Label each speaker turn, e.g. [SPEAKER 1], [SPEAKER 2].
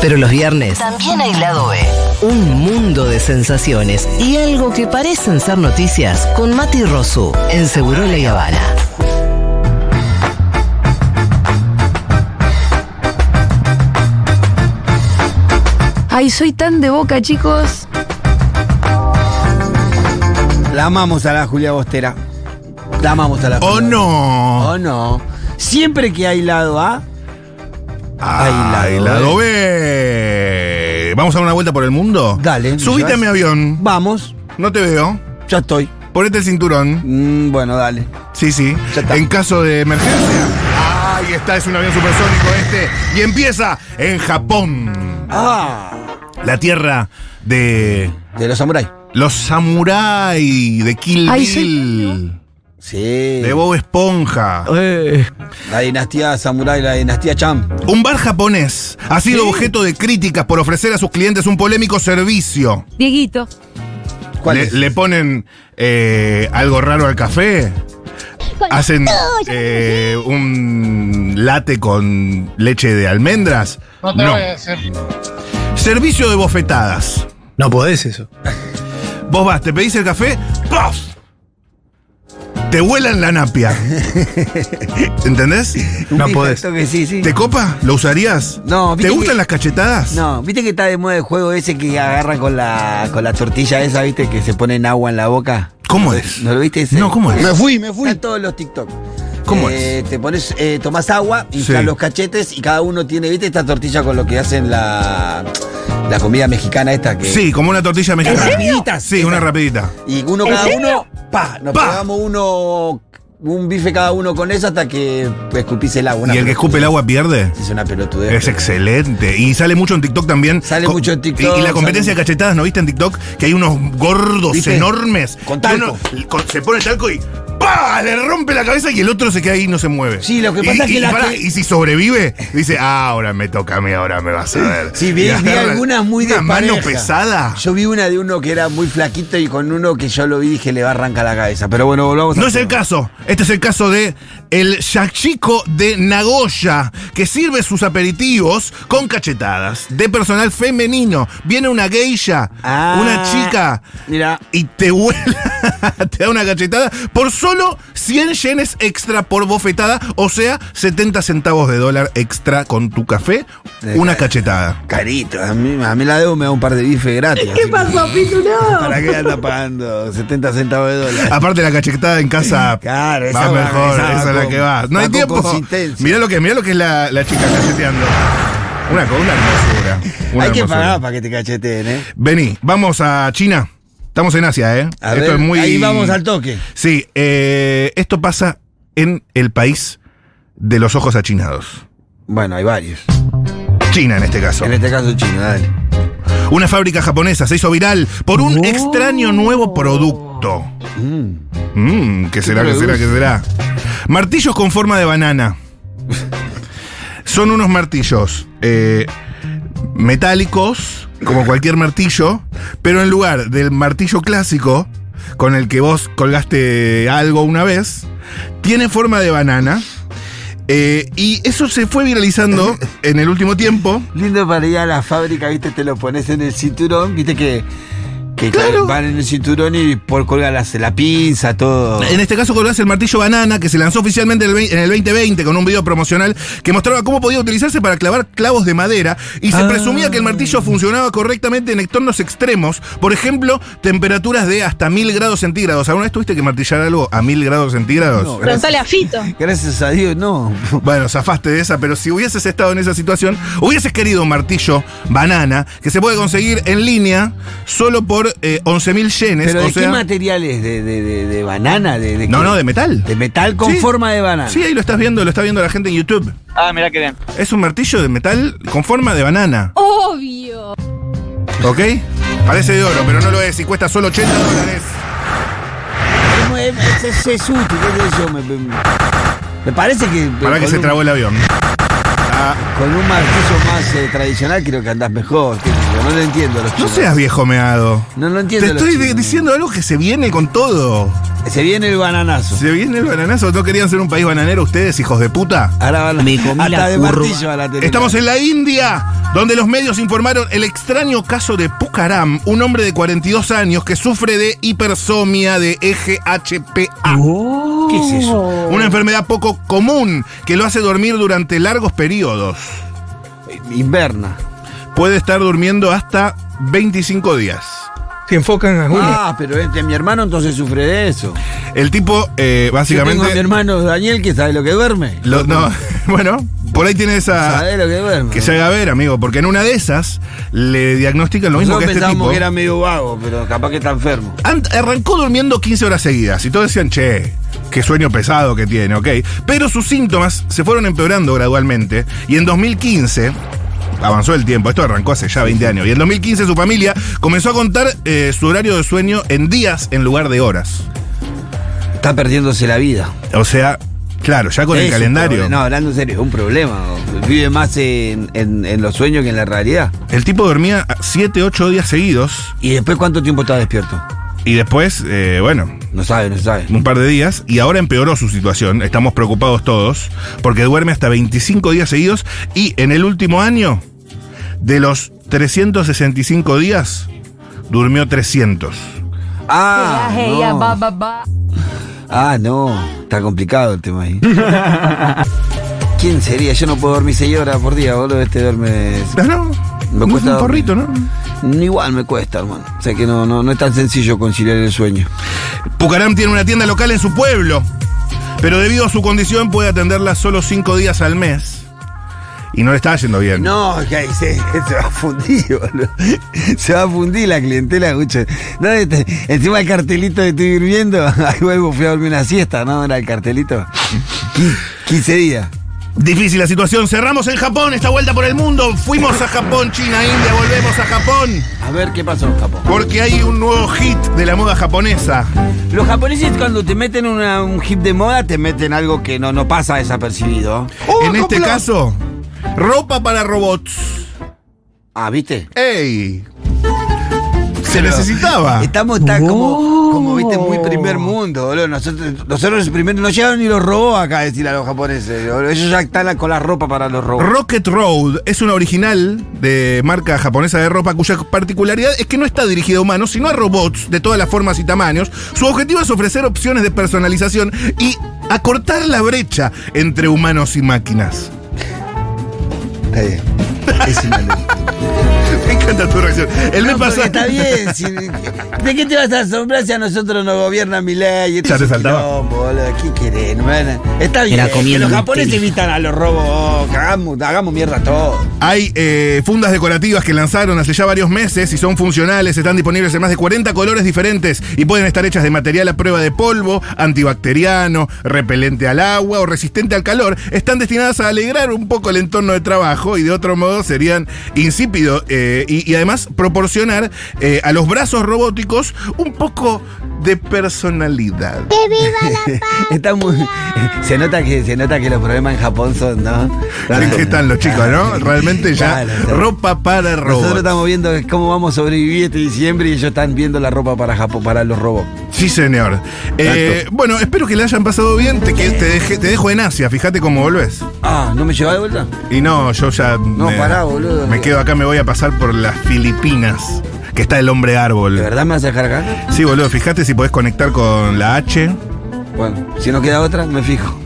[SPEAKER 1] Pero los viernes
[SPEAKER 2] También hay lado B.
[SPEAKER 1] Un mundo de sensaciones y algo que parecen ser noticias con Mati Rosu en Segurola y Habana.
[SPEAKER 3] Ay, soy tan de boca, chicos.
[SPEAKER 4] La amamos a la Julia Bostera. La amamos a la
[SPEAKER 5] ¡Oh,
[SPEAKER 4] Julia
[SPEAKER 5] no!
[SPEAKER 4] Oh, no. Siempre que hay lado A,
[SPEAKER 5] Ah,
[SPEAKER 4] Ay,
[SPEAKER 5] y
[SPEAKER 4] lado
[SPEAKER 5] lado B. ¿Vamos a dar una vuelta por el mundo?
[SPEAKER 4] Dale, ¿me
[SPEAKER 5] Subite a
[SPEAKER 4] llevas?
[SPEAKER 5] mi avión.
[SPEAKER 4] vamos.
[SPEAKER 5] No te veo.
[SPEAKER 4] Ya estoy.
[SPEAKER 5] Ponete el cinturón.
[SPEAKER 4] Mm, bueno, dale.
[SPEAKER 5] Sí, sí.
[SPEAKER 4] Ya está.
[SPEAKER 5] En caso de emergencia. Ahí está, es un avión supersónico este. Y empieza en Japón.
[SPEAKER 4] Ah,
[SPEAKER 5] La tierra de
[SPEAKER 4] de los samuráis.
[SPEAKER 5] los samuráis, de Kill
[SPEAKER 3] Ay, soy- Eh.
[SPEAKER 5] Bill,
[SPEAKER 4] Sí.
[SPEAKER 5] de Bob Esponja.
[SPEAKER 4] La dinastía samurái, la dinastía Cham.
[SPEAKER 5] Un bar japonés ha sido objeto de críticas por ofrecer a sus clientes un polémico servicio.
[SPEAKER 3] Dieguito.
[SPEAKER 4] ¿Cuál
[SPEAKER 5] le,
[SPEAKER 4] es?
[SPEAKER 5] le ponen eh, algo raro al café. Hacen eh, un latte con leche de almendras. No, Servicio de bofetadas.
[SPEAKER 6] No podés eso.
[SPEAKER 5] Vos vas, te pedís el café, ¡paf! Te vuelan la napia. ¿Entendés?
[SPEAKER 6] No
[SPEAKER 4] Un
[SPEAKER 6] podés.
[SPEAKER 4] efecto que sí, sí.
[SPEAKER 5] ¿Te copa? ¿Lo usarías?
[SPEAKER 4] No,
[SPEAKER 5] ¿Te
[SPEAKER 4] viste
[SPEAKER 5] gustan
[SPEAKER 4] que-
[SPEAKER 5] las cachetadas?
[SPEAKER 4] No, viste que está de moda el juego ese que agarran con la, con la tortilla esa, viste, que se ponen agua en la boca.
[SPEAKER 5] ¿Cómo es?
[SPEAKER 4] ¿No lo viste ese?
[SPEAKER 5] No, ¿cómo es?
[SPEAKER 6] fui, me
[SPEAKER 4] Están todos los TikTok.
[SPEAKER 5] ¿Cómo
[SPEAKER 4] Eh, Te pones, eh, tomás agua, inflas
[SPEAKER 5] Sí.
[SPEAKER 4] los cachetes y cada uno tiene, viste, esta tortilla con lo que hacen la, la comida mexicana esta que.
[SPEAKER 5] Sí, como una tortilla mexicana.
[SPEAKER 4] Rapidita,
[SPEAKER 5] Sí, una rapidita.
[SPEAKER 4] Y uno cada uno, pa, nos
[SPEAKER 5] Pa.
[SPEAKER 4] pegamos uno, un bife cada uno con eso hasta que escupís el agua. una
[SPEAKER 5] ¿Y el que escupe el
[SPEAKER 4] pelotudez.
[SPEAKER 5] agua pierde?
[SPEAKER 4] Es una pelotudez.
[SPEAKER 5] Es excelente. Y sale mucho en TikTok también.
[SPEAKER 4] Sale
[SPEAKER 5] Co-
[SPEAKER 4] mucho en TikTok,
[SPEAKER 5] Y, y la competencia
[SPEAKER 4] sale-
[SPEAKER 5] de cachetadas, ¿no viste en TikTok? Que hay unos gordos
[SPEAKER 4] ¿Viste?
[SPEAKER 5] enormes.
[SPEAKER 4] Con
[SPEAKER 5] que
[SPEAKER 4] talco.
[SPEAKER 5] uno con- se pone talco y ¡pa! Le rompe la cabeza y el otro se queda ahí y no se mueve.
[SPEAKER 4] Sí, lo que
[SPEAKER 5] Y-
[SPEAKER 4] pasa es
[SPEAKER 5] y,
[SPEAKER 4] que
[SPEAKER 5] y
[SPEAKER 4] la
[SPEAKER 5] pará,
[SPEAKER 4] te-
[SPEAKER 5] y si sobrevive, dice, ah, ahora me toca a mí, ahora me vas a ver.
[SPEAKER 4] Sí, vi,
[SPEAKER 5] Y
[SPEAKER 4] vi
[SPEAKER 5] agarra
[SPEAKER 4] algunas muy de
[SPEAKER 5] Una mano
[SPEAKER 4] pareja.
[SPEAKER 5] pesada.
[SPEAKER 4] Yo vi una de uno que era muy flaquito y con uno que yo lo vi y dije le va a arrancar la cabeza. Pero bueno, volvamos
[SPEAKER 5] No
[SPEAKER 4] al
[SPEAKER 5] es el
[SPEAKER 4] tema.
[SPEAKER 5] caso. Este es el caso de el Yachiko de Nagoya, que sirve sus aperitivos con cachetadas de personal femenino. Viene una geisha,
[SPEAKER 4] Ah,
[SPEAKER 5] una chica,
[SPEAKER 4] Mira.
[SPEAKER 5] y te vuela, te da una cachetada por solo 100 yenes extra por bofetada, o sea, 70 centavos de dólar extra con tu café, una cachetada.
[SPEAKER 4] Carito, a mí, a mí la debo me da un par de bife gratis. ¿Qué pasó, Pitu? No. ¿Para qué la está pagando 70 centavos de dólar?
[SPEAKER 5] Aparte la cachetada en casa
[SPEAKER 4] Claro, esa
[SPEAKER 5] va
[SPEAKER 4] va-
[SPEAKER 5] mejor,
[SPEAKER 4] esa
[SPEAKER 5] esa,
[SPEAKER 4] va
[SPEAKER 5] es la
[SPEAKER 4] con-
[SPEAKER 5] que va. No
[SPEAKER 4] va
[SPEAKER 5] hay
[SPEAKER 4] con
[SPEAKER 5] tiempo.
[SPEAKER 4] consistencia.
[SPEAKER 5] Mirá lo que, mirá lo que es la, la chica cacheteando. Una, co- una hermosura. una
[SPEAKER 4] Hay que
[SPEAKER 5] hermosura.
[SPEAKER 4] pagar para que te cacheteen, ¿eh?
[SPEAKER 5] Vení, vamos a China. Estamos en Asia, ¿eh?
[SPEAKER 4] A ver, ahí vamos al toque.
[SPEAKER 5] Sí, eh, esto pasa en el país de los ojos achinados.
[SPEAKER 4] Bueno, hay varios.
[SPEAKER 5] China en este caso.
[SPEAKER 4] En este caso chino, dale.
[SPEAKER 5] Una fábrica japonesa se hizo viral por un extraño nuevo producto. Mm, ¿Qué será, qué será, qué será? Martillos con forma de banana. Son unos martillos eh, metálicos, como cualquier martillo, pero en lugar del martillo clásico, con el que vos colgaste algo una vez, tiene forma de banana. eh, y eso se fue viralizando en el último tiempo.
[SPEAKER 4] Lindo para ir a la fábrica, viste, te lo pones en el cinturón, viste que, que
[SPEAKER 5] Claro.
[SPEAKER 4] van en el cinturón y por colgar la, la pinza, todo.
[SPEAKER 5] En este caso colgás el martillo banana que se lanzó oficialmente en el vein- en el 2020 con un video promocional que mostraba cómo podía utilizarse para clavar clavos de madera y
[SPEAKER 4] Ah.
[SPEAKER 5] se presumía que el martillo funcionaba correctamente en entornos extremos, por ejemplo, temperaturas de hasta 1000 grados centígrados. ¿Alguna vez tuviste que martillar algo a 1000 grados centígrados?
[SPEAKER 4] No, gracias,
[SPEAKER 7] Preguntale a Fito.
[SPEAKER 4] gracias a Dios, no.
[SPEAKER 5] Bueno, zafaste de esa, pero si hubieses estado en esa situación, hubieses querido un martillo banana que se puede conseguir en línea solo por eh, 11.000 yenes.
[SPEAKER 4] ¿Pero
[SPEAKER 5] o
[SPEAKER 4] de qué
[SPEAKER 5] sea-
[SPEAKER 4] material es? ¿De, de, de, de banana? ¿De, de
[SPEAKER 5] No,
[SPEAKER 4] qué?
[SPEAKER 5] no, de metal.
[SPEAKER 4] De metal con
[SPEAKER 5] Sí.
[SPEAKER 4] forma de banana.
[SPEAKER 5] Sí, ahí lo estás viendo, lo está viendo la gente en YouTube.
[SPEAKER 8] Ah, mirá que bien.
[SPEAKER 5] Es un martillo de metal con forma de banana,
[SPEAKER 3] Obvio.
[SPEAKER 5] ¿ok? Parece de oro, pero no lo es y cuesta solo 80 dólares.
[SPEAKER 4] Es, es- es- es útil, qué sé yo, me, me- me parece que.
[SPEAKER 5] Para que
[SPEAKER 4] con
[SPEAKER 5] se
[SPEAKER 4] un-
[SPEAKER 5] trabó el avión.
[SPEAKER 4] Con un martillo más eh, tradicional creo que andás mejor. qué sé yo, no lo entiendo. a Los
[SPEAKER 5] No
[SPEAKER 4] chinos.
[SPEAKER 5] seas viejo meado.
[SPEAKER 4] No lo
[SPEAKER 5] Te
[SPEAKER 4] entiendo. a los
[SPEAKER 5] estoy de-
[SPEAKER 4] chinos. eh.
[SPEAKER 5] diciendo algo que se viene con todo.
[SPEAKER 4] Se viene el bananazo.
[SPEAKER 5] ¿Se viene el bananazo? ¿No querían ser un país bananero ustedes, hijos de puta?
[SPEAKER 4] Ahora van
[SPEAKER 1] Me comí la
[SPEAKER 4] hasta de
[SPEAKER 1] curva.
[SPEAKER 4] martillo a la tele.
[SPEAKER 5] Estamos en la India, donde los medios informaron el extraño caso de Pukaram, un hombre de 42 años que sufre de hipersomia de eje HPA.
[SPEAKER 4] ¿Qué es eso?
[SPEAKER 5] Una enfermedad poco común que lo hace dormir durante largos periodos.
[SPEAKER 4] Inverna.
[SPEAKER 5] Puede estar durmiendo hasta 25 días.
[SPEAKER 2] Se enfocan a Julio.
[SPEAKER 4] Ah, pero este, mi hermano entonces sufre de eso.
[SPEAKER 5] El tipo, eh,
[SPEAKER 4] Yo tengo a mi
[SPEAKER 5] básicamente.
[SPEAKER 4] hermano Daniel que sabe lo que duerme.
[SPEAKER 5] lo- no, bueno, por ahí tiene esa.
[SPEAKER 4] Sabe lo que duerme.
[SPEAKER 5] Ah, Que se haga ver, amigo, porque en una de esas le diagnostican lo mismo
[SPEAKER 4] Nosotros
[SPEAKER 5] que este
[SPEAKER 4] pensábamos
[SPEAKER 5] tipo.
[SPEAKER 4] que era medio vago, pero capaz que está enfermo.
[SPEAKER 5] Ant- Arrancó durmiendo 15 horas seguidas y todos decían, che, qué sueño pesado que tiene, ok. Pero sus síntomas se fueron empeorando gradualmente y en 2015... Avanzó el tiempo, esto arrancó hace ya 20 años. Y en 2015 su familia comenzó a contar eh, su horario de sueño en días en lugar de horas.
[SPEAKER 4] Está perdiéndose la vida.
[SPEAKER 5] O sea, claro, ya con
[SPEAKER 4] Es
[SPEAKER 5] el
[SPEAKER 4] un
[SPEAKER 5] calendario.
[SPEAKER 4] problema. No, hablando en serio, es un problema. Vive más en, en- en los sueños que en la realidad.
[SPEAKER 5] El tipo dormía 7, 8 días seguidos
[SPEAKER 4] ¿Y después cuánto tiempo está despierto?
[SPEAKER 5] y después, eh, bueno,
[SPEAKER 4] No sabe, no sabe.
[SPEAKER 5] un par de días y ahora empeoró su situación. Estamos preocupados todos porque duerme hasta 25 días seguidos y en el último año, de los 365 días, durmió 300.
[SPEAKER 4] Ah,
[SPEAKER 3] Hey,
[SPEAKER 4] no.
[SPEAKER 3] ya, ba, ba, ba.
[SPEAKER 4] Ah, no. Está complicado el tema ahí. ¿Quién sería? Yo no puedo dormir 6 horas por día, boludo. Este duerme.
[SPEAKER 5] No, no,
[SPEAKER 4] Me
[SPEAKER 5] no es
[SPEAKER 4] cuesta
[SPEAKER 5] un porrito, ¿no?
[SPEAKER 4] Igual me cuesta, hermano. O sea que no, no, no es tan sencillo conciliar el sueño.
[SPEAKER 5] Pucaram tiene una tienda local en su pueblo, pero debido a su condición puede atenderla solo 5 días al mes. Y no le está yendo bien.
[SPEAKER 4] No, que ahí se, se va a fundir, boludo. Se va a fundir la clientela, escucha. No, este, encima el cartelito de estoy durmiendo, ahí vuelvo, fui a dormir una siesta, ¿no? Era el cartelito. Qui- 15 días.
[SPEAKER 5] Difícil la situación. Cerramos en Japón, esta vuelta por el mundo. Fuimos a Japón, China, India, volvemos a Japón.
[SPEAKER 4] A ver qué pasó en Japón.
[SPEAKER 5] Porque hay un nuevo hit de la moda japonesa.
[SPEAKER 4] Los japoneses cuando te meten una- un hip de moda, te meten algo que no, no pasa desapercibido.
[SPEAKER 5] en este caso, ropa para robots.
[SPEAKER 4] Ah, ¿viste?
[SPEAKER 5] ¡Ey! Se necesitaba.
[SPEAKER 4] Estamos tan como, como, viste, muy primer mundo, boludo. Nosotros, nosotros primero no llegaron ni los robots acá a decir a los japoneses. boludo. Ellos ya están con la ropa para los robots.
[SPEAKER 5] Rocket Road es una original de marca japonesa de ropa cuya particularidad es que no está dirigida a humanos, sino a robots de todas las formas y tamaños. Su objetivo es ofrecer opciones de personalización y acortar la brecha entre humanos y máquinas.
[SPEAKER 4] Está bien. Es una ley.
[SPEAKER 5] Me encanta tu reacción. El mes
[SPEAKER 4] No, porque
[SPEAKER 5] pasado.
[SPEAKER 4] Está bien. si- ¿De qué te vas a asombrar si a nosotros nos gobierna mi ley?
[SPEAKER 5] Ya te saltaba.
[SPEAKER 4] ¿Qué querés, hermana? Está bien.
[SPEAKER 1] Era comiendo
[SPEAKER 4] que los
[SPEAKER 1] un
[SPEAKER 4] japoneses
[SPEAKER 1] tenis.
[SPEAKER 4] invitan a los robos. Hagamos, hagamos mierda todo.
[SPEAKER 5] Hay eh, fundas decorativas que lanzaron hace ya varios meses y son funcionales, están disponibles en más de 40 colores diferentes y pueden estar hechas de material a prueba de polvo, antibacteriano, repelente al agua o resistente al calor. Están destinadas a alegrar un poco el entorno de trabajo y de otro modo serían insípido eh, y, y además proporcionar eh, a los brazos robóticos un poco de personalidad.
[SPEAKER 4] Está muy. Se nota que, se nota que los problemas en Japón son, ¿no?
[SPEAKER 5] ¿En qué están los chicos, no? Realmente ya
[SPEAKER 4] Claro, está.
[SPEAKER 5] ropa para
[SPEAKER 4] Nosotros
[SPEAKER 5] robots.
[SPEAKER 4] estamos viendo cómo vamos a sobrevivir este diciembre y ellos están viendo la ropa para Japón, para los robos.
[SPEAKER 5] Sí, señor. Eh, bueno, espero que le hayan pasado bien. Te, que- te, deje- te dejo en Asia, fíjate cómo volvés.
[SPEAKER 4] Ah, ¿no me llevas de vuelta?
[SPEAKER 5] Y no, yo ya.
[SPEAKER 4] No, pará, boludo.
[SPEAKER 5] Me quedo acá, me voy a pasar por las Filipinas, que está el hombre
[SPEAKER 4] ¿De
[SPEAKER 5] árbol.
[SPEAKER 4] verdad me vas a dejar acá?
[SPEAKER 5] Sí, boludo, fíjate si podés conectar con la H.
[SPEAKER 4] Bueno, si no queda otra, me fijo.